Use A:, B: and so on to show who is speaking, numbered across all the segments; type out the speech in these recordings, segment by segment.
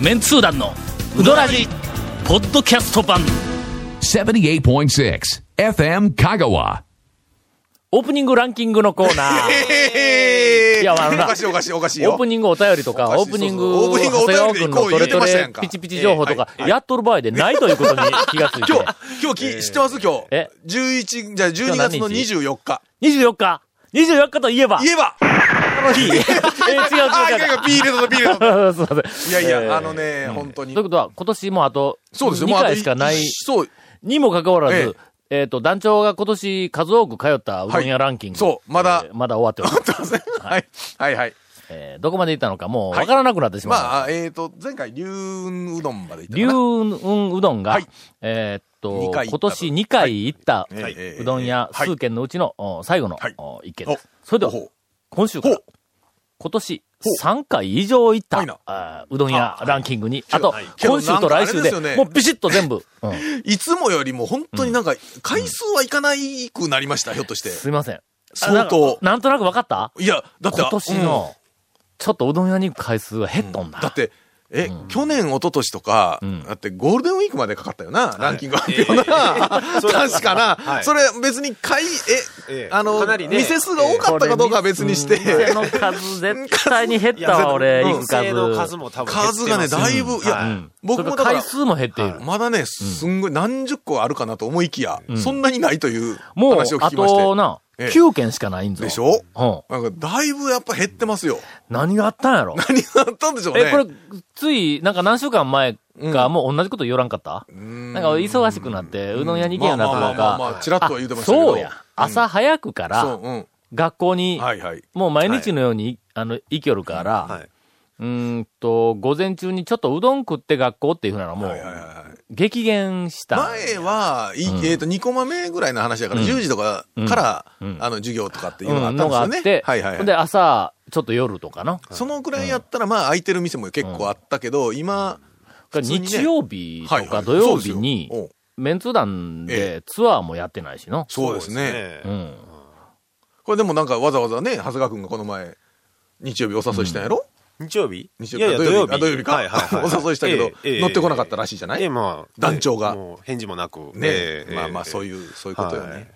A: メンツー団のウドラジポッドキャスト版
B: 78.6 FM Kagawa.
C: オープニングランキングのコーナー。
D: えー
C: いやまあな
D: おかしいおかしいおかしい
C: オ
D: よ。
C: ープニングお便りと
D: お
C: か、
D: かしい
C: オープニング、
D: そうそうオープニング
C: 長谷川
D: お便
C: 君
D: りで行
C: の
D: こう
C: トレト
D: 言ってましたや
C: レ
D: んか
C: ピチピチ情報とか
D: ええ、はい
C: やっとる場合でないということに気がついて。
D: 今日、今日き知ってます今
C: え
D: 日。11、じゃあ12月の
C: 今日何日
D: 24日。
C: 24日 !24 日といえば
D: 言えば
C: の日え違う違
D: あー、いやいう
C: 違う
D: や、ビールだとビールだ
C: 違う。すいません。
D: いやい
C: え
D: や、
C: ー
D: あのね、本当に
C: という。ことは、今年もあと、
D: そうですよ、
C: 2
D: もうあと
C: 回しかない、
D: そう、
C: にもかかわらず
D: え、
C: えっと、団長が今年数多く通ったうどん屋ランキング。
D: そうまだ
C: えーまだ終わっており ます。
D: はい。はいはい。
C: えーどこまで行ったのかもうわからなくなってしまう。
D: まあ、えっと、前回、龍雲うどんまで行ったか
C: 龍
D: な。
C: 雲うどんが、
D: はい
C: えーっと
D: 二、
C: 今
D: 回行ったと
C: 年2回行った、
D: はいう
C: どん屋
D: はい
C: 数軒のうちの、お最後の、
D: はい
C: お一軒です
D: お。
C: それでは
D: ほう、
C: 今週から
D: ほう、
C: 今年
D: ほ
C: 3回以上行った、
D: はいな
C: あーうどん屋ランキングに、あと、
D: けど
C: 今週と来週
D: なんかあれですよ
C: で、
D: ね
C: もうビシッと全部、うん
D: いつもよりも本当になんか、回数はいかないくなりました、ひょっとして。
C: すいません。
D: 相
C: あ
D: 当
C: なんかなんとなく分かった
D: いや、だって、
C: 今年
D: うん
C: の、ちょっとうどん屋に行く回数が減っとんな。
D: だって、え、去年、一昨年とか、
C: ん
D: だってゴールデンウィークまでかかったよな、ランキング発表な。 確かな、
E: はい
D: それ別に買い、え、
E: ええ
D: あの、
E: かなりね
D: 店数が多かったかどうかは別にして、
C: 店の数絶対に減ったわ、俺、行く数。
E: 店の数も多分減ってます
D: 数がね、だいぶ、いや、
E: は
D: 僕もだか
C: 回
D: ら、
C: 数も減っている。
D: まだね、すんごい何十個あるかなと思いきや、そんなにないという
C: もう
D: 話を、聞
C: あ
D: きまして。
C: とな、
D: ええ
C: 9件しかないんぞ。
D: でしょ
C: うん。
D: なんか、だいぶやっぱ減ってますよ。
C: 何があったんやろ。
D: 何があったんでしょうね。
C: え、これ、つい、なんか何週間前か、
D: うん
C: もう同じこと言わらんかった
D: ん
C: なんか忙しくなって、うどん屋に行けんようになったと
D: まあまあまあま
C: か。
D: あちらっとは言うてましたけど。
C: そうや。朝早くか
D: そ
C: ら
D: う、、うん。
C: 学校に、
D: はいはい。
C: もう毎日のように、あの、行きよるから、
E: いう
C: ーんと、午前中にちょっとうどん食って学校っていうふうなのも
D: はいはいはい。
C: 激減した。
D: 前は、いえっ、と、2コマ目ぐらいの話だから、
C: うん
D: 10時とか
C: うん
D: から、
C: うん
D: あの、授業とかっていうのがあ
C: う
D: っ
C: ん
D: た
C: のがあ
D: ん
C: っ
D: ですよね。
C: て
D: はいはい、、
C: ほ
D: は
C: ん
D: い
C: で朝、ちょっと夜とかの。
D: そのくらいやったら、まあ、空いてる店も結構あったけど、今、
C: だから
D: 普通にね
C: 日曜日
D: は
C: と
D: いは
C: か
D: い
C: 土曜日に、
D: そうですよおう
C: メンツー団でツアーもやってないしの。
D: そうですね。
C: うん。
D: これでもなんかわざわざね、長谷川くんがこの前、日曜日お誘いしたんやろ、
E: 日曜日
D: 日曜日
E: いやいや、
D: 土
E: 土
D: 曜日
E: 曜日。
D: あ土曜日か
E: はいはいはい
D: お誘いしたけど
E: ええええ
D: 乗ってこなかったらしいじゃない
E: ええまあ。
D: 団長が
E: もう返事もなく。
D: ね
E: ええ
D: まあまあ、そう
E: う。
D: いう、そういうことよね。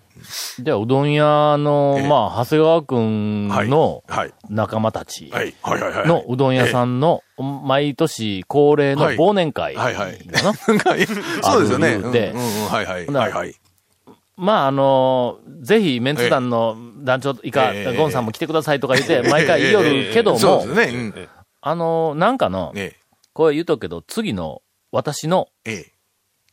C: じゃあ、うどん屋の
D: え、え
C: まあ、長谷川くん
D: はい。
C: の
D: はい。
C: 仲間たち
D: はい。はいはいはい。
C: のうどん屋さんの、毎年恒例の
D: はい
C: 忘年会
D: はいはい
C: かな
D: なんか、えそうですよね。
C: あ
D: う
C: の
D: ん、
C: で
D: うんうんはいはい。
C: ほんなら
D: はいはい。
C: まあ、あの、ぜひ、メンツー団の団長以下
D: ええ、
C: ゴンさんも来てくださいとか言って、毎回言いよるけど
D: そう
C: も、
D: ですね。うん。
C: あの、なんかの、
D: ね
C: これ言うとくけど、次の、私の、
D: ええ。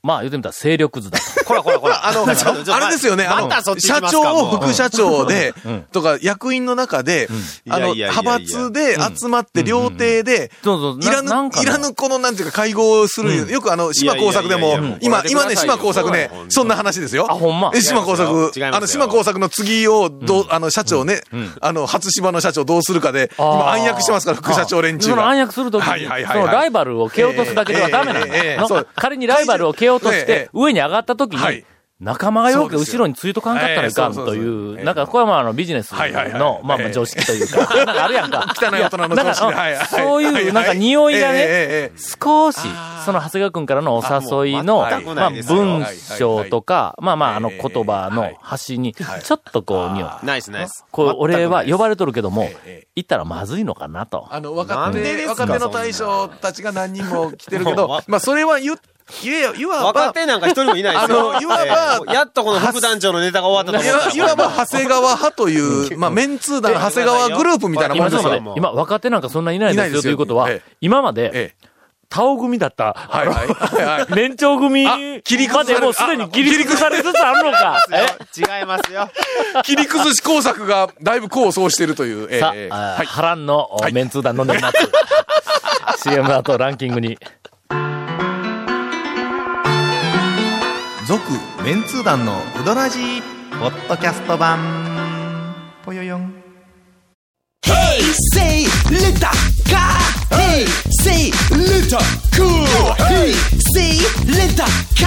C: まあ、言うてみたら勢力図だ。
E: こらこらこら。あの、ちょっ と
D: あれですよね、あ
E: またそっ
D: の、
E: ち行
D: 社
E: きますか
D: 長、
E: もう
D: 副社長で
C: ん、
D: とか、役員の中で、あの、
E: いやいやいやいや
D: 派閥で集まって、料亭で、
C: そうそう、
D: いら
C: な
D: ぬ、
C: かの
D: いらぬこの、なんていうか、会合をする、よくあの、島工作で
E: いや
D: も
E: いやいやいやもう、
D: 今
E: こ、れ
D: 今
E: で
D: ね、
E: くださいよ
D: 島工作ね
E: ほんま、に
D: そんな話ですよ。
C: あほんま
D: え島工
E: 違います
D: 作
E: よ違いますよ
D: あの、島工作の次を、どう、あの、社長ね、あの、初島の社長どうするかで、
C: あー
D: 今暗躍してますから、副社長連中
C: その
D: が。
C: 暗躍するとき
D: はい
C: に、
D: はいはい
C: そ
D: はい
C: のライバルを蹴落とすだけではダメなんだ。
D: ええええええ
C: の
D: そう
C: 仮にライバルを蹴落とし
D: ええ
C: て、上に上がったとき
D: はい
C: に、仲間がよく
D: そうです
C: 後
D: よ
C: ろについとかんかったらいかん
D: ええそうそ
C: と
D: うそ
C: い
D: うえ
C: う、
D: え
C: なんか、これはまあ、あの、ビジネス
D: はいはいはい
C: の、まあま
D: え
C: あ、
D: え
C: 常識という か、なんかあるやんか。
D: 汚い大人の常識
C: い
D: で
C: や
D: はい
C: な
D: は
C: ん
D: い。
C: かそういう、なんか匂いが
D: えええ
C: ね、
D: えええ
C: 少し、その長谷川くんからのお誘いの、
E: あもう全く
C: ま
E: な
C: あ、
E: いですよ
C: 文章とか、まあまあ、あの、
D: え
C: 言
D: え
C: 葉の端に、ちょっとこう、匂い。
E: ナイスナイス。
C: こう、俺は呼ばれとるけども
D: ええええ、
C: 行ったらまずいのかなと。
D: あの、若
E: なんでで
D: 手、
E: すか
D: 若手の大将たちが何人も来てるけど、まあ、それは言う、言えよ、言わば
E: 若、手なんか一人もいないですよ。
D: あのいわば
E: ええやっとこの副団長のネタが終わったと思ったら
D: いわば長谷川派という、まあ、メンツー団の長谷川グループみたいなも
C: 今
D: ん
C: ち
D: で
C: ょっ
D: す
C: と待
D: よ。
C: っ
E: も
C: て
E: う
C: 今、若手なんかそんないないですよ
D: いないです
C: とい
D: よ
C: うことは
D: ええ、
C: 今まで、
D: ええ、
C: タオ組だった、
D: はいはいはいはい。
C: 年長組ま
D: あ切り崩され
C: でもうすでに切り崩されつつあるのか。
E: 違いますよ。
D: 切り崩し工作がだいぶ功を奏してるという。
C: え
D: ええ
C: さ
D: ええ
C: あ、
D: はい
C: 波乱のおメンツー団の年 末。CM の後ランキングに。
F: 続メンツー団のウドラジーポッドキャスト版ぽよよん
G: Hey, say, little car. Hey, say, little cool. Hey, say, little car.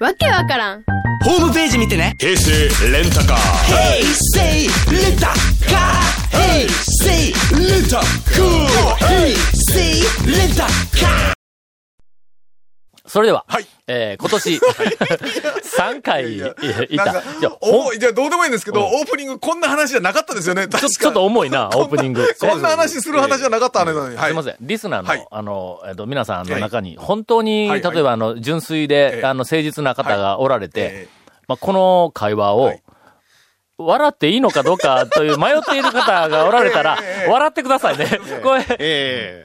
H: わけわからん
G: ホームページ見てね
H: 平成レンタカー
G: 「ヘイセイレンタカー」「ヘイセイレンタカー」「ヘイセイレンタカー」
C: それでは、
D: はい
C: えー今年、3回い
D: な
C: た
D: んか。
C: いや、ほん
D: おいやどうでもいいんですけど、オープニングこんな話じゃなかったですよね。確
C: ちょ
D: か
C: ちょっと重いな、オープニング。
D: こんな話する話じゃなかったあれなのに。は
C: すみません。リスナーの、
D: はい
C: あの、えっと、皆さんの
D: はい
C: 中に、本当に、
D: はいはい
C: 例えば、あの、純粋で、
D: ええ
C: あの、誠実な方がおられて、
D: ええ
C: まあ、この会話を、
D: はい
C: 笑っていいのかどうかと いう迷っている方がおられたら、笑ってくださいね。これ、
E: え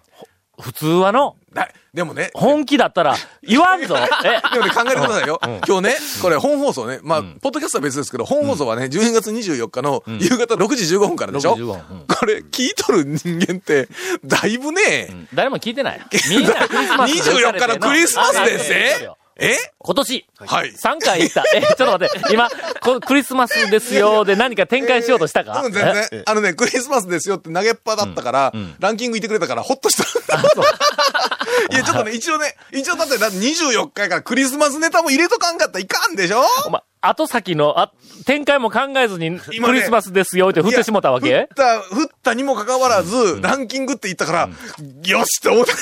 C: 普通はの、
D: なでもね、
C: 本気だったら、言わ んぞえ
D: でもね、考えてくださいよ。今日ね、これ本放送ね、まあ、ポッドキャストは別ですけど、本放送はね、12月24日の夕方6時15分からでしょ
C: 6時15分うん
D: これ、聞いとる人間って、だいぶね、
C: 誰も聞いてない。みんなクリス マスで打た
D: 24
C: れ
D: 日
C: て
D: のクリスマスですね
C: よ。
D: え
C: 今年、
D: はい
C: 3回行った。え、ちょっと待って、今、こクリスマスですよで何か展開しようとしたか、
D: うん、全然。あのね、クリスマスですよって投げっぱだったから、ランキングいてくれたから、ほっとした。 いや、ちょっとね、一応ね、一応だって、だって24日やからクリスマスネタも入れとかんかったらいかんでしょ
C: お前、後先の、あ、展開も考えずに、
D: 今
C: ク
D: ね
C: リスマスですよって振ってしもたわ
D: いや
C: け
D: 振った、振ったにもかかわらず、ランキングって言ったから、よしって思った。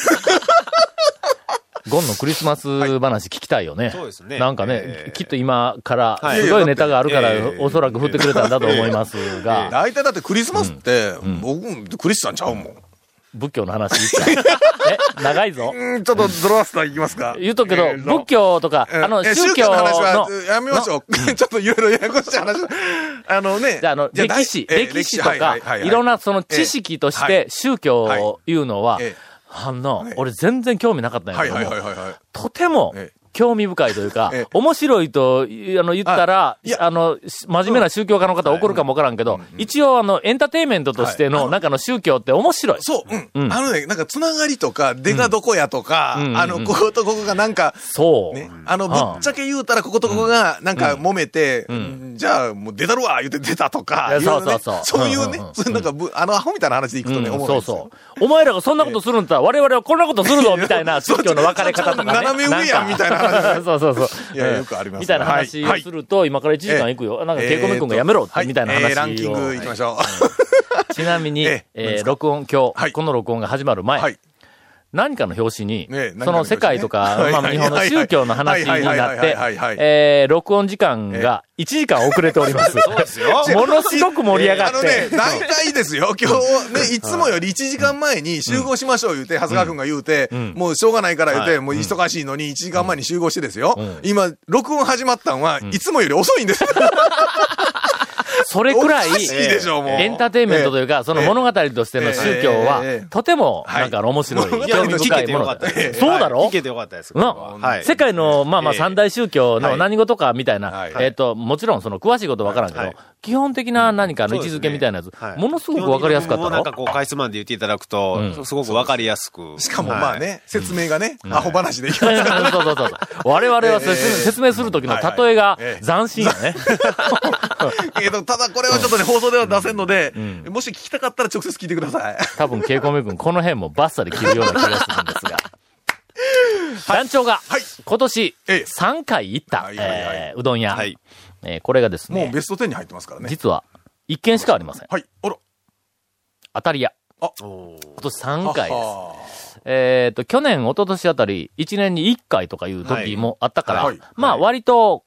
C: ゴンのクリスマス話聞きたいよね。
E: そうですね
C: なんかね、
E: えー
C: きっと今から、
E: はい
C: すごいネタがあるから、
E: いやいやだって
C: おそらく振ってくれたんだと思いますが、
D: 大体だってクリスマスって、僕、クリスチャンちゃうもん。
C: 仏教の話 いっぱいえ、長いぞ。
D: うん、ちょっとドロワスターいきますか。
C: 言うとくけど、
D: えーの
C: 仏教とか、あの、
D: えー
C: 宗教
D: の
C: の、
D: 話はえーやめましょう。ちょっといろいろややこしい話。あのね。
C: じゃあ、あの、歴史、歴史とか、いろん
D: な。
C: なその知識として
D: え
C: 宗教
D: はい
C: を言うのは
D: ええ、
C: あの
D: ええ、
C: 俺全然興味なかったんや
D: は
C: け
D: い
C: ど
D: はい
C: も
D: はい、はいはい。
C: とても
D: ええ
C: 興味深いというか
D: ええ、
C: 面白いと、いあの、言ったら
D: あい、や
C: あの、し真面目な宗教家の方怒るかもわからんけど、一応あの、エンターテインメントとしての、なんかの宗教って面白い。
D: そう、うん、
C: うん
D: あのね、なんかつながりとか、出がどこやとか、
C: うん
D: あの、こことここがなんか、
C: そう。
D: ね、あの、ぶ
C: ああ
D: っちゃけ言うたら、こことここが、なんか、揉めて、うんじゃあ、もう出たるわ、言って出たとか、
C: いやそうそう
D: いろいろね
C: そう
D: そういう
C: うんうんう
D: ね
C: ん、
D: そういうなんかぶ、あの、アホみたいな話でいくとね、
C: うん
D: 思
C: そうそう。お前らがそんなことするんだったら、我々はこんなことするぞみたい な宗教の分かれ方とか、ね。
D: ちょっと斜め上やん
C: んか
D: みたいな話
C: そうそうそう。
D: いやよくありますね
C: みたいな話をすると、今から1時間行くよ。なんか、ケイコメ君がやめろって、みたいな話を。
D: えーランキングいきましょう。
C: ちなみに、
D: え
C: え
D: え
C: ー録音今日、
D: はい
C: この録音が始まる前、
D: はい
C: 何かの表紙に、
D: ええ
C: その世界とか、
D: 何か
C: まあ、日
D: の表紙ね
C: 本の
D: はい
C: 宗教の話になっ
D: はい
C: て
D: はいはいはいはいはいはい、
C: えー録音時間が1時間遅れております。そうですよ。ものすごく盛り上が
D: あ
C: っ
D: のね、
C: て。
D: 大体ですよ、今日ね、いつもより1時間前に集合しましょう言うて、長谷川くんが言うて、もうしょうがないから言う
C: は
D: て、もう忙しいのに1時間前に集合してですよ、今、録音始まったんは、いつもより遅いん です。
C: それくらい、
D: おかしいでしょうもう
C: エンターテインメントというか、その物語としての宗教
D: えええええ
C: は
D: え、
C: とても、なんか面白
D: はい
C: い、興味深いものだ
E: 聞けてよかったで。す
C: そうだ
E: え
C: ろ
E: 聞けてよかったです。
C: な、
E: はい
C: 世界の、まあまあ、
E: ええ
C: 三大宗教の何事かみたいな、
D: はい
C: えっ、と、もちろん、その、詳しいことわからんけど、
E: はい
C: 基本的な何かの位置づけみたいなやつ、
E: はい
C: ものすごくわかりやすかった
E: もうなんか
C: の。
E: こう、かいつまんで言っていただくと、
C: うん
E: すごくわかりやすく。
D: しかもまあ
E: はい。
D: ね、説明がね、アホ話でい き
C: そ
D: ま
C: う
D: すから。
C: そうそうそう。我々は説明説明する時の例えが
D: はいはいええ
C: 斬新や ね。
D: えーとただこれはちょっとね、放送では出せんので、もし聞きたかったら直接聞いてください。
C: 多分、ケイコメ君、この辺もバッサリ切るような気がするんですが。団長が
D: はい、
C: 今年、
D: ええ
C: 3回行った、
D: はいはいはい
C: えーうどん屋、
E: はい
C: えーこれがです
D: もう
C: ね、
D: ベスト10に入ってますからね。
C: 実は、1軒しかありません。
D: はい。あら。
C: 当たり屋。
D: あ
C: 今年3回です。
D: はは
C: えっ、と、去年、一昨年あたり、1年に1回とかいう時もあったから、
D: はいはい
C: まあ、割と、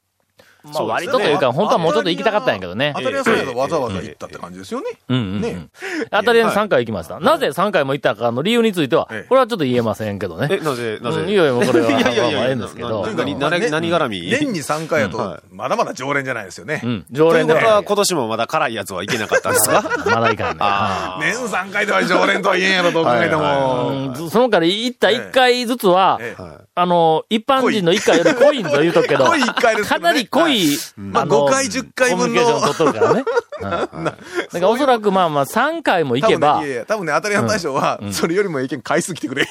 C: まあ、
E: そうです
C: 割
E: ね
C: とというか、
E: あ
C: 本当はもうちょっと行きたかったんやけどね
D: 当。たり屋さんやとわざわざ行ったって感じですよね。
C: うんうんうん、
D: ね
C: 当たり屋に3回行きました。なぜ3回も行ったかの理由については
D: ええ、
C: これはちょっと言えませんけどね。
E: え、なぜ、な
C: う
E: ぜ
C: んいやいやもうこれは
E: いや
C: まあ
E: いやい
C: まあええ
E: や、
C: んですけど
E: なな何、
D: まあね
E: 何何絡み
D: 年に3回や
E: うんは
D: と、まだまだ常連じゃないですよね。
C: うん、常
E: とい
C: 連
E: うこ
C: で
E: と
C: は
E: は、今年もまだ辛いやつはいけなかったんですか
C: まだ行かんね。
E: あ
D: 年3回では常連とは言えんやろ、どう考えても。
C: うんずその代わり、行った1回ずつは、
D: ええ
C: あの、一般人の1回より濃いんと言うとくけど、
D: 濃い濃い一回ですけ
C: か
D: どね
C: なり濃い、
D: まあ
C: の
D: 5回10回分の
C: コミュニケーション取っとるからね。うんだからおそらくまあまあ3回も行
D: 多
C: け
D: 分
C: ば
D: ね、い、やいや多分ね、当たり屋の大将は、それよりも意見回数来て くれ。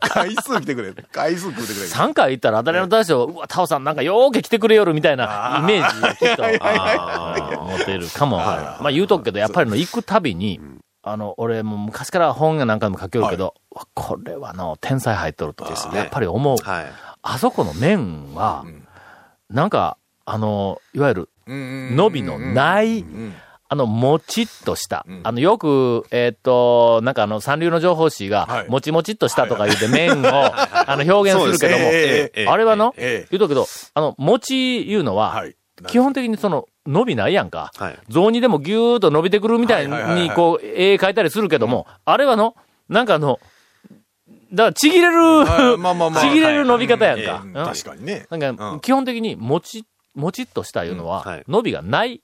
D: 回数来てくれ。回数来てくれ。
C: 3回行ったら当たり屋の大将、うわ、タオさんなんかよーけ来てくれよるみたいなイメージをきっとあー持っているかもわからんまあ言うとくけど、やっぱりの行くたびに、あの、俺もう昔から本が何回も書きよるけど、うわこれはの、天才入っとると、
E: すね
C: やっぱり思う。
E: あ。はい。
C: あそこの麺は、なんか、あの、いわゆる、
D: 伸
C: 伸びのない、あの、もちっとした。あの、よく、えっ、と、なんかあの、三流の情報誌
D: は
C: が
D: い、
C: もちもちっとしたとか言って麺を、あの、表現するけども、
D: ええええ
C: あれはの、
D: ええ
C: 言うとくけど、あの、もちいうのは、
D: はい。
C: 基本的にその、伸びないやんか。
E: はい
C: 雑煮でもぎゅーっと伸びてくるみたい
D: はいはいはい
C: に
D: は、い
C: こう、絵描いたりするけども、あれはの、なんかあの、だからちぎれる、
D: あまあまあまあ
C: ちぎれる伸び方やん
E: ええ
C: か。
D: うん
C: うん
D: 確かにね。
C: なん
D: うん
C: か、基本的に、もち、もちっとしたいうのは、
E: うんはい
C: 伸びがない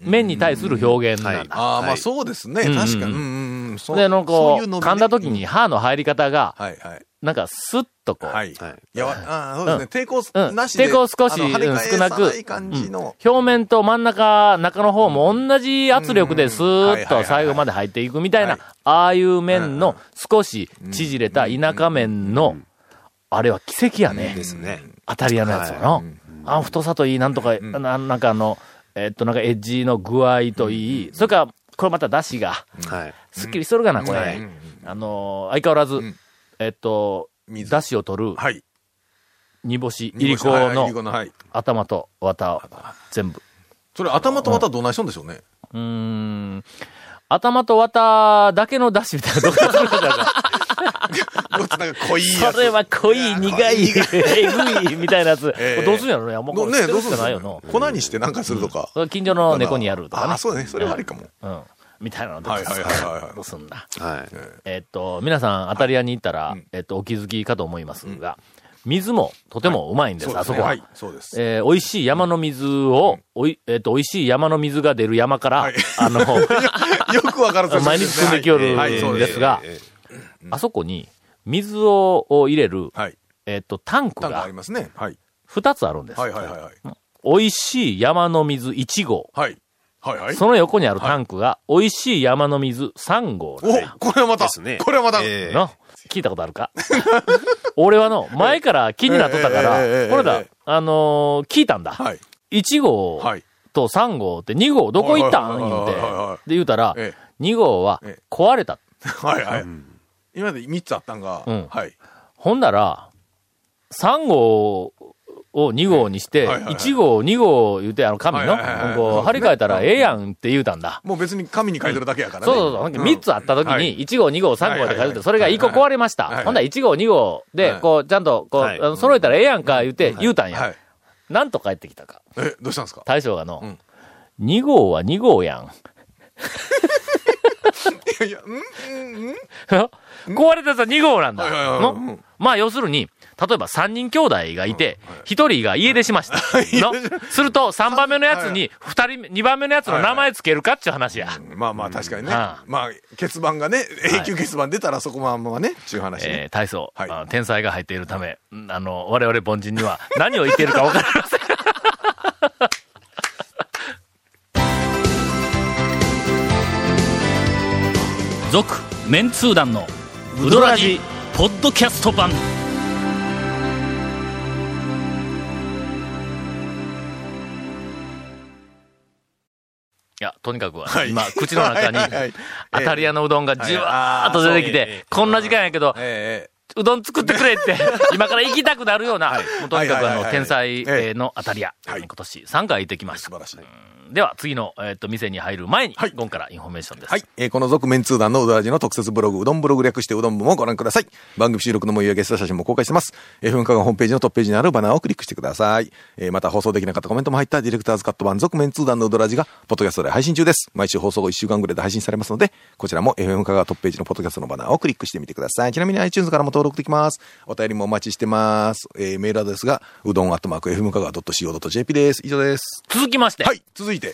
C: 面に対する表現なんだ。
D: ああ、ま
E: は
D: あ
E: い
D: そうですね。
C: うんうん
D: 確かに。うんうんうん。そう
C: で、あの、こ、
D: そういう伸びね
C: 噛んだ時に歯の入り方が、
D: はいはい。
C: なんか、スッとこう、
D: はい。
E: はい
D: やわ、ああ、そうですね。抵抗
C: うん
D: なしで。
C: 抵抗少し
D: あの跳ね
C: うん
D: 返
C: 少なく
D: さない感じの。
C: 表面と真ん中、中の方も同じ圧力でスーッと最後まで入っていくみたい
D: は、
C: ないああいう面の少し縮れた田舎面の、あれは奇跡やね
E: で。すね。
C: 当たり屋のやつやの。あの太さといい、なんとか、ななんかあの、えっと、なんかエッジの具合といい、それから、これまた出汁が、
E: はい。
C: すっきりしとるがな、こ
E: は
C: れ
E: い。
C: あのー、相変わらず
D: ん、
C: えっと、
D: 水
C: 出汁を取る
D: はい。
C: 煮干し、い
D: 入
C: りこの
D: の。はい。
C: 頭と綿を全部。
D: それ頭と股どないしとんでしょうね。
C: うーん。頭と綿だけの出汁みたいなところだか
D: こいつ なんか濃いや
C: ら。 それ
D: つ。
C: は濃い、苦い、 えぐい、みたいなやつ。
D: ええ
C: どうすんやろね。あんまこ
D: ど
C: れ
D: ね
C: 捨て
D: ど
C: る
D: う
C: し
D: す
C: か
D: る
C: ないよな。
D: 粉にしてなんかするとか。
C: それ近所の猫にやるとか
D: あ
C: ね
D: あ、。そうだね。それはありかも。
C: うん。みたいなのどうすん
D: はいはいはいはい
C: どうすんだ。
E: はい。
C: えっと、皆さん、当たり屋に行ったら、えっと、お気づきかと思いますが、水もとてもうまいんです、
D: うですね
C: あそこは。
D: い。そうです。
C: えー美味しい山の水を、おい、えっと、美味しい山の水が出る山から
D: い、
C: あ の、
D: よくわからず
C: 毎日積んできよる
D: はいはいそうんで
C: ですすが
E: えええ、
C: あそこに水をを入れる、
D: はい。
C: えっと、タンク
D: 単価あ
C: が
D: りますね。はい。
C: 2つあるんです。
D: はいはいはいはい。
C: 美味しい山の水1号。
D: はい。はいはい。
C: その横にあるタンクが、美味しい山の水3号なんだ
D: おこれはまた
E: です、ね
D: これはまた、
E: ええ
C: な。聞いたことあるか 俺はの、前から気になっとったか
D: えええええええ
C: ら、
D: え
C: これだ、あのー聞いたんだ。
D: はい。
C: 1号
D: はい。
C: と3号って2号どこ行ったん
D: はい
C: 言
D: は
C: う
D: い
C: て。
D: はいはいはいはい
C: で、言うたら、
D: ええ
C: 2号は
D: ええ
C: 壊れた。
D: はいはい。今まで3つあったんが、
C: うん
D: はい。
C: ほんなら、3号を2号にして、
D: はいはいはい
C: 1号、2号言うて、あの、紙の、
D: はいはいはいはい
C: こう、張り替えたらええやんって言うたんだ。
D: もう別に紙に書いてるだけやから
C: そ
D: ね。
C: うそうそう。ほんで3つあった時
D: は
C: に、
D: い
C: 1号、2号、3号って書いてて、それが1個壊れました
D: はいは。い
C: ほんなら1号、2号で
D: は、い
C: こう、ちゃんと、こうあ
E: はい
C: の、揃えたらええやんか言うて、言うたん
D: は
C: や。
D: い。
C: なんと帰ってきたか。
D: え、どうしたんですか
C: 大将が
D: う
C: の
D: ん、
C: 2号は2号やん。
D: いやいや、うん
C: 壊れたやつは2号なんだ。
D: はいはいはいうんう
C: の
D: ん
C: まあ、要するに、例えば3人兄弟がいて、1人が家出しました。 のすると、3番目のやつに、2人目、2番目のやつの名前つけるかっていう話や。
D: まあまあ確かにね。
C: はあ
D: まあ、欠番がね、永久欠番出たらそこまんまね、っていう話ね。
C: えー、体操、
D: はい
C: あの天才が入っているため、んあの、我々凡人には何を言っているか分かりません。
A: 続メンツー団のウドラジポッドキャスト版
C: いや、とにかくは、
D: はい
C: 今、口の中に
D: はいはいはい、
C: 当たり屋のうどんがじわーっと出てき
E: はいあーそうえ
C: て、こんな時間やけど、
D: え
C: うどん作ってくれ って、今から行きたくなるような、もうとにかくあ
D: はいはいはい
C: の、
D: はい
C: 天才
D: ええ
C: の当たり屋、
D: はい
C: 今年3回行ってきま
D: え
C: し
D: 素
C: た。
D: 晴らしい。
C: では、次の、えっと、店に入る前に、
D: はい
C: ゴンからインフォメーションです。
D: はい。えーこの続面通談のうどらじの特設ブログ、うどんブログ略してうどん部もご覧ください。番組収録の模様やゲスト写真も公開してます。えー、噴火がホームページのトップページにあるバナーをクリックしてください。えーまた放送できなかったコメントも入ったディレクターズカット版続面通談のうどらじが、ポッドキャストで配信中です。毎週放送後1週間ぐらいで配信されますので、こちらも FM 香川トップページのポッドキャストのバナーをクリックしてみてください。ちなみに iTunes からも登録できます。お便りもお待ちしてます。えーメールアドレスが、うどんアットマーク FM 香川 .co.jp です。以上です。
C: 続きまして、
D: はい。続いて。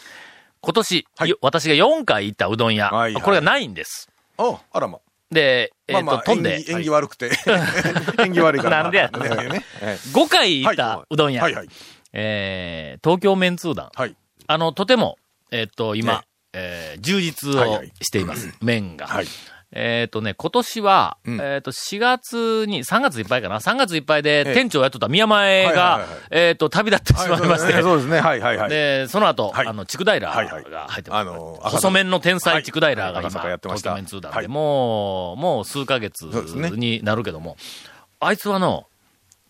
C: 今年、
D: はい
C: よ私が4回行ったうどん屋、
D: はいはい
C: これがないんです。
D: あ、あらま。
C: で、えっ、と、飛ん
D: 演
C: で
D: 技、演技悪くて。 演技悪いから。
C: なんでや
D: ねねはい
C: 5回行ったうどん屋、
D: はいはい。
C: えー東京メンツー団、
D: はい。
C: あの、とても、えっ、と、今、
D: ね
C: えー充実
D: はい
C: を
D: はい
C: しています、麺が。
D: はい
C: えっ、とね、今年は、
D: うん
C: えっ、と、4月に、3月いっぱいかな ?3 月いっぱいで
D: ええ
C: 店長をやっとった宮前
D: はい
C: が
D: はいはいはい、
C: えっ、と、旅立ってしまいまして、
D: そうですね。はいはいはい。
C: で、その後、
D: はい
C: あの、筑平が
D: はい
C: 入
D: は
C: っ
D: い
C: てます。
D: あの赤坂
C: 細麺の天
D: は
C: 才
D: い
C: 筑平が
D: はい
C: 今、
D: 赤坂やってまし
C: 東京
D: た
C: メンツー団で、
D: はい
C: もう、もう数ヶ月
D: そうですね
C: になるけども、あいつはの、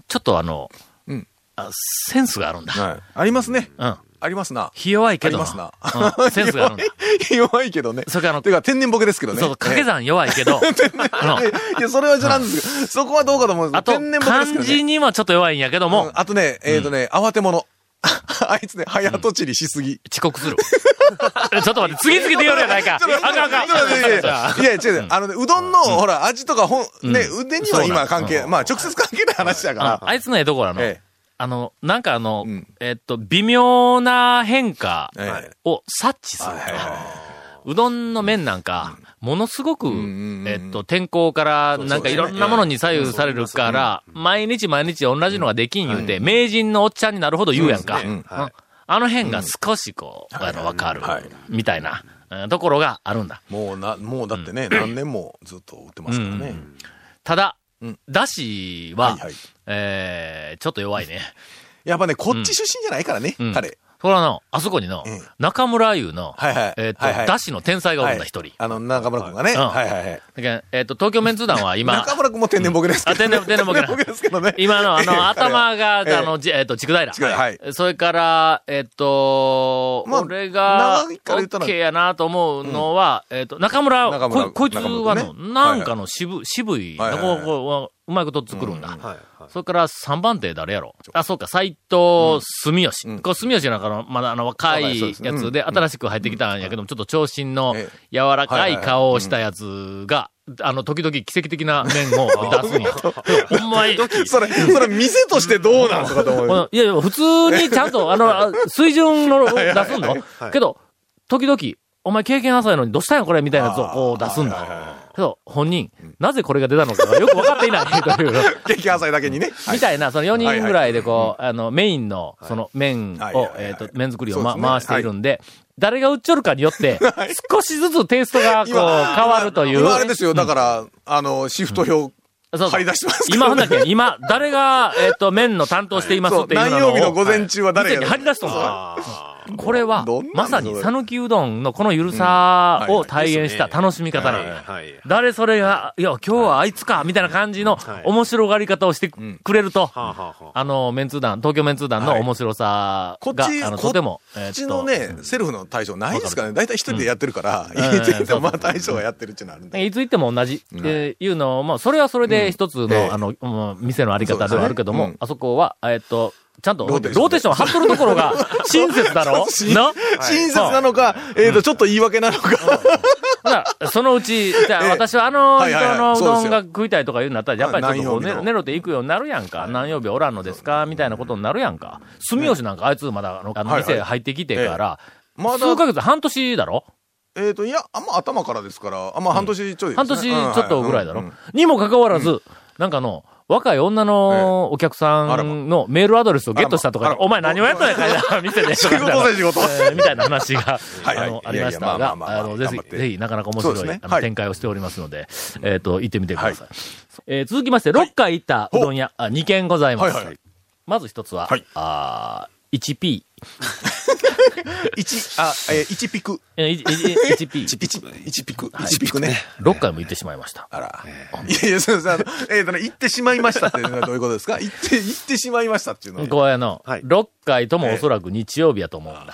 C: ちょっとあの、
D: うん
C: あセンスがあるんだ。
D: はい。ありますね。
C: うん。
D: ありますな。
C: ひ弱いけどな。
D: ありますな
C: うんセンスがあるんだ。
D: 弱いけどね。
C: それからあの
D: てか、天然ボケですけどね。
C: そう、掛け
D: ね
C: 算弱い けど。うん
D: いや、それはじゃなんですけど、そこはどうかと思うんで
C: あ
D: す
C: と、
D: けど、天然ボケです
C: 漢
D: けどね
C: 字。にはちょっと弱いんやけど
D: うん
C: も、
D: あとね、えっ、とね、慌て者。 あいつね、早とちりしすぎ。
C: 遅刻する。 ちょっと待って、次々で言うやないか。あ
D: ちょっと
C: かんあかん
D: ちょっと待っていやいやいや、違う、あのね、うどんの、ほら、味とか、ほん、ね、腕には今関係、まあ、直接関係ない話だ
C: あ
D: か
C: あいつのええところなの。
D: ら。え
C: あの、なんかあの、
D: うん
C: えっと、微妙な変化
D: え。え
C: を察知する
D: え。。はいはいは
C: うどんの麺なんか、ものすごく、
D: んうん
C: えっと、天候から、なんかいろんなものに左右されるから、毎日毎日同じのができん言うて、名人のおっちゃんになるほど言うやんか。
E: そうですね
C: うん
E: はい
C: あの辺が少しこう、あの、わかる、みたいな、うんところがあるんだ。
D: いもうな、もうだってね、何年もずっと売ってますからね。
C: ただ
D: うん、
C: だし
D: は
C: は、
D: いはい。
C: えー、ちょっと弱いね。
D: やっぱね、こっち出身じゃないからね、
C: うん
D: 彼。
C: それはの、あそこにの
D: ええ、
C: 中村優の、
D: はいはい
C: えっと、
D: はいはい
C: だしの天才がおるんだ、
D: はい
C: 一人。
D: あの、中村君がね。
C: うん
D: はいはいはい。
C: だけんえっと、東京メンツ団は今、
D: 中村君も天然ボケですけどね。
C: あ天然天然ボケな
D: ですけどね。
C: 今のあ
D: ええ
C: の、頭が、あ
D: ええ
C: の、じえっと、ちくだいら。
D: 千代平はい
C: それから、えっと、
D: まあ
C: 俺が、オ
D: 長いから言った
C: ッ
D: ら
C: ケーやなと思うのは、えっと、中村、
D: 中村
C: ここいつ
D: 中
C: は
D: 村
C: の、
D: ね
C: なんかの渋、渋い、
D: はいはいはい
C: こうこううまいこと作るんだ。
E: はいはい
C: それから3番手誰やろあ、そうか、斎藤住吉。
D: うん
C: こう住吉なんかの、まだあの若い
D: そ
C: や
D: うですそうです
C: つで、新しく入ってきたんやけども、ちょっと長身の
D: え
C: 柔らかい顔をしたやつが、あの、時々奇跡的な面を出 すんや。ほんまに。
D: それ、それ店としてどうなんとかと思う
C: こ
D: よ。
C: のいやいや、普通にちゃん と、あの、あ水準の出すんのけど、時々、お前経験浅いのにどうしたんやこれみたいなやつをこう出すんだ。けど、本人、なぜこれが出たのかがよく分かってい ないという。
D: 激野菜だけにね。
C: みたいな、その4人ぐらいでこう、あの、メインの、その麺
D: はいはい
C: を
D: は、い
C: えっと、麺作りを
D: そう
C: ま
D: で
C: す
D: ね
C: 回しているんで、誰が打っちょるかによ って、少しずつテイストがこう、変
D: 今
C: わるという。
D: 今あれですよ、だから、あの、シフト表、
C: そうそ
D: 張
C: う
D: り出してますけど
C: 今ほんだけ、今、誰が、えっと、麺の担当しています
D: そう
C: っていうのを
D: 何曜日の午前中は誰
C: 見
D: が
C: せて張り出しとんか。
E: あ
C: これは
D: どんな、ん
C: まさ
D: そ
C: に
D: れ
C: 讃岐うどんのこのゆるさ
D: うん
C: を
D: はい
C: 体現した
E: ですね
C: 楽しみ
E: ー
C: 方なんだ。
E: はいはい
C: 誰それが、いや、今日はあいつか、みたいな感じの
E: はい
C: 面白がり方をして
D: ん
C: くれると、
E: はあはあはあ
C: あの、メンツー団、東京メンツー団の
D: はい
C: 面白さ
D: こっ
C: が、
D: ち
C: あの、
D: こと
C: ても、
D: こ
C: え
D: っ
C: ー
D: ち
C: っ
D: の
C: と、
D: ね、セルフの対象ないですからね。大体一人でやってるから、
C: ん
D: 家で
C: うん
D: まあ大将がやってるっていうのあるんで。
C: いつ行っても同じっていうのを、まあ、それはそれで一つ
D: ええ
C: の、あの、うん店のあり方ではあるけど
D: そう
C: も
D: ですね、
C: あそこは、えーっと、ちゃんと、ロ
D: ロ
C: ー
D: ー
C: テ
D: テ
C: ー
D: ー
C: シ
D: ションで
C: ョン張っとるところ が、親切だろな
D: 親切なのか、えっと、ちょっと言い訳なのか。
C: ほんならそのう ち、じゃあ
D: ええ
C: 私はあの
D: はいはいはい
C: 人のう
D: そうで
C: ど
D: す
C: んが
D: よ
C: 食いたいとか言うんだったら、やっぱりちょっとこう
D: 何曜日
C: ね
D: の
C: 寝ろて行くようになるやんか。何曜日おらんのですかみたいなことになるやんか。住吉なんかあいつまだあのあの
D: はいはい
C: 店入ってきてから、
D: まだ
C: 数、ヶ月、半年だろ
D: えっと、いや、あんま頭からですから、あんま半年ちょいですね。
C: 半年ち
D: う
C: ょ
D: ん
C: っとぐらいだ
D: うん
C: ろ
D: うん
C: にもかかわらず、なんかの、若い女のお客さんのメールアドレスをゲットしたと
D: あ
C: か、
D: らま
C: お前何をやったんや、会社店で。
D: 仕事だ仕事。
C: え ーみたいな話が、
D: はいは
C: あ
D: い
C: の、あ
D: い
C: り
D: や
C: ま
D: い
C: し
D: や
C: た
D: ま
C: が
D: あ、まあまあ
C: あの、ぜ
D: 頑張っ
C: ひ、
D: て
C: ぜひ、なかなか面
D: そ
C: 白
D: う
C: い、
D: ですね
C: あ
D: は
C: の
D: い
C: 展開をしておりますので、えっ、と、行ってみてください。えー続きまして、6回行ったうどん屋、あ2軒ございます。
D: はいはい
C: まず一つは、
D: はい
C: あー 1P。
D: 一、あ、えー、一ピク。
C: えー 1-
D: 一
C: 1P。
D: ピク。一ピク。一ピクね。
C: 6回も行ってしまいました。
D: あら。いやいや、そうです。あの、えっとね、行ってしまいましたっていうのはどういうことですか行って、行ってしまいましたっていうのは。
C: こうあの、
E: はい
C: 6回ともおそらく日曜日やと思うんだ。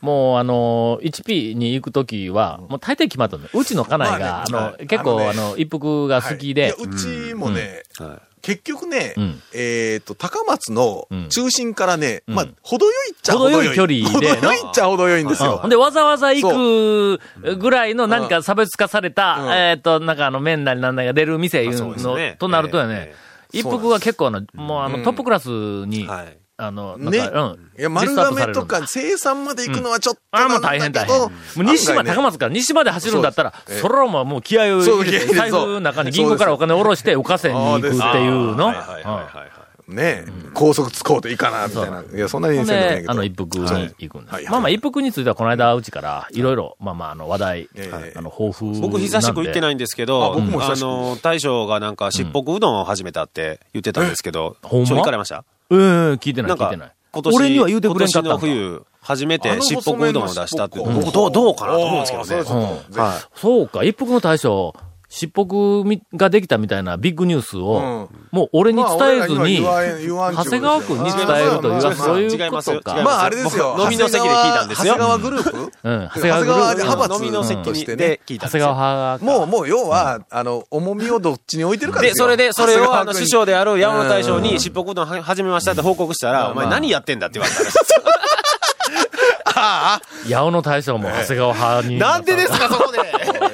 C: もう、あの、1P に行くときは、もう大体決まったの。うちの家内
D: ま
C: が、
D: あ
C: あ
D: ね
C: の、
D: はい
C: 結構、あ
D: あのね
C: の、一服が好きで、
D: はいいやうちもね、
E: はい
D: 結局ね、
C: うん
D: えっ、と、高松の
C: うん
D: 中心からね、
C: ん
D: まあ、程よいっちゃ程よ
C: 程
D: い。
C: よい距離で
D: 程よいっちゃ程よいんです
C: うん
D: よ
C: ほん。で、わざわざ行くぐらいの何か差別化された、
D: うん
C: えっ、と、なんかあの、麺なりなんなりが出る店いう
E: そうです
C: の、
E: ね
C: となるとやね
E: え、
C: 一服は結構あの、もうあ
D: う
C: の、
D: ん
C: トップクラスに、
E: はい
C: あの、なん
D: ね。
C: か、うん。
D: いや、丸
C: リストアップさ
D: 亀
C: れる
D: と
C: んだ。
D: か生産まで行くのはちょっと
C: あ
D: な
C: あ、も
D: ん
C: う大
D: だ
C: 変
D: け
C: 大
D: ど、
C: 変。もう西まで、高
D: 松。
C: 松から西まで走るんだったら、
D: そうですええ
C: それはもうもう気合を入れて、
D: そう
C: 財布の中に銀行からお金を下ろして、お河川に行くっていうの。
E: はいはいはいはいはい
D: ね、高速つこうといいかな、みたいな。いや、そんなに
C: ほん
D: せんでもない
C: で
D: け、ど。
C: あの、一服に行くんです。
D: はいはい
C: まあまあ、一服については、この間、うちから、いろいろ、まあまあ、あの、話題、
D: ええ
C: あの、豊富なんで。
E: 僕久しく行ってないんですけど、
D: あ僕も久しく
E: あの、大将がなんか、しっぽくうどんを始めたって言ってたんですけど、
C: ほんま
E: ちょい行かれました
C: ええ聞いてない、
E: なん
C: 聞い
E: か
C: てない。、
E: 今年、
C: 俺には言うてくれんかったんだ
E: 今年の冬、初め
D: あ
E: て
D: の
E: しっぽくうどんを出したって、
D: 細麺のしっぽく
E: 僕どう、どうかなと思うんですけどね。
D: そうそうそう
C: そうか、一服の大将、しっぽくみができたみたいなビッグニュースを、もう俺に
D: まあ
C: 伝えずに、
D: 俺らには言わん言わん
C: 長谷川君に伝えるという、
D: あーまあまあ
C: そうい
E: 違
C: う
E: い
C: こ
E: ますよ
C: と
E: 違
C: か。
E: いま
D: まああれですよ。
E: 僕飲みの席で聞いたんですよ
D: 長谷川長谷川グループ
C: うん、長
D: 長谷
C: 谷
D: 川
C: 川グループ
D: 派閥
E: 飲みの席
D: として
E: に
D: ね
E: で聞い
C: 長
E: たんです
C: 谷
E: よ。
C: 川派が。
D: もう、もう、要は、あの、重みをどっちに置いてるか
E: で、
D: すよ
E: それで、それ
D: 長谷
E: を、
D: 川
E: あの、
D: 君
E: 師
D: に
E: 匠である山本大将に、しっぽくうどんは始めましたって報告したら、お前何やってんだって言われたんですよ
C: 八尾の大将も長谷川派に。
E: なんでですか、そこで。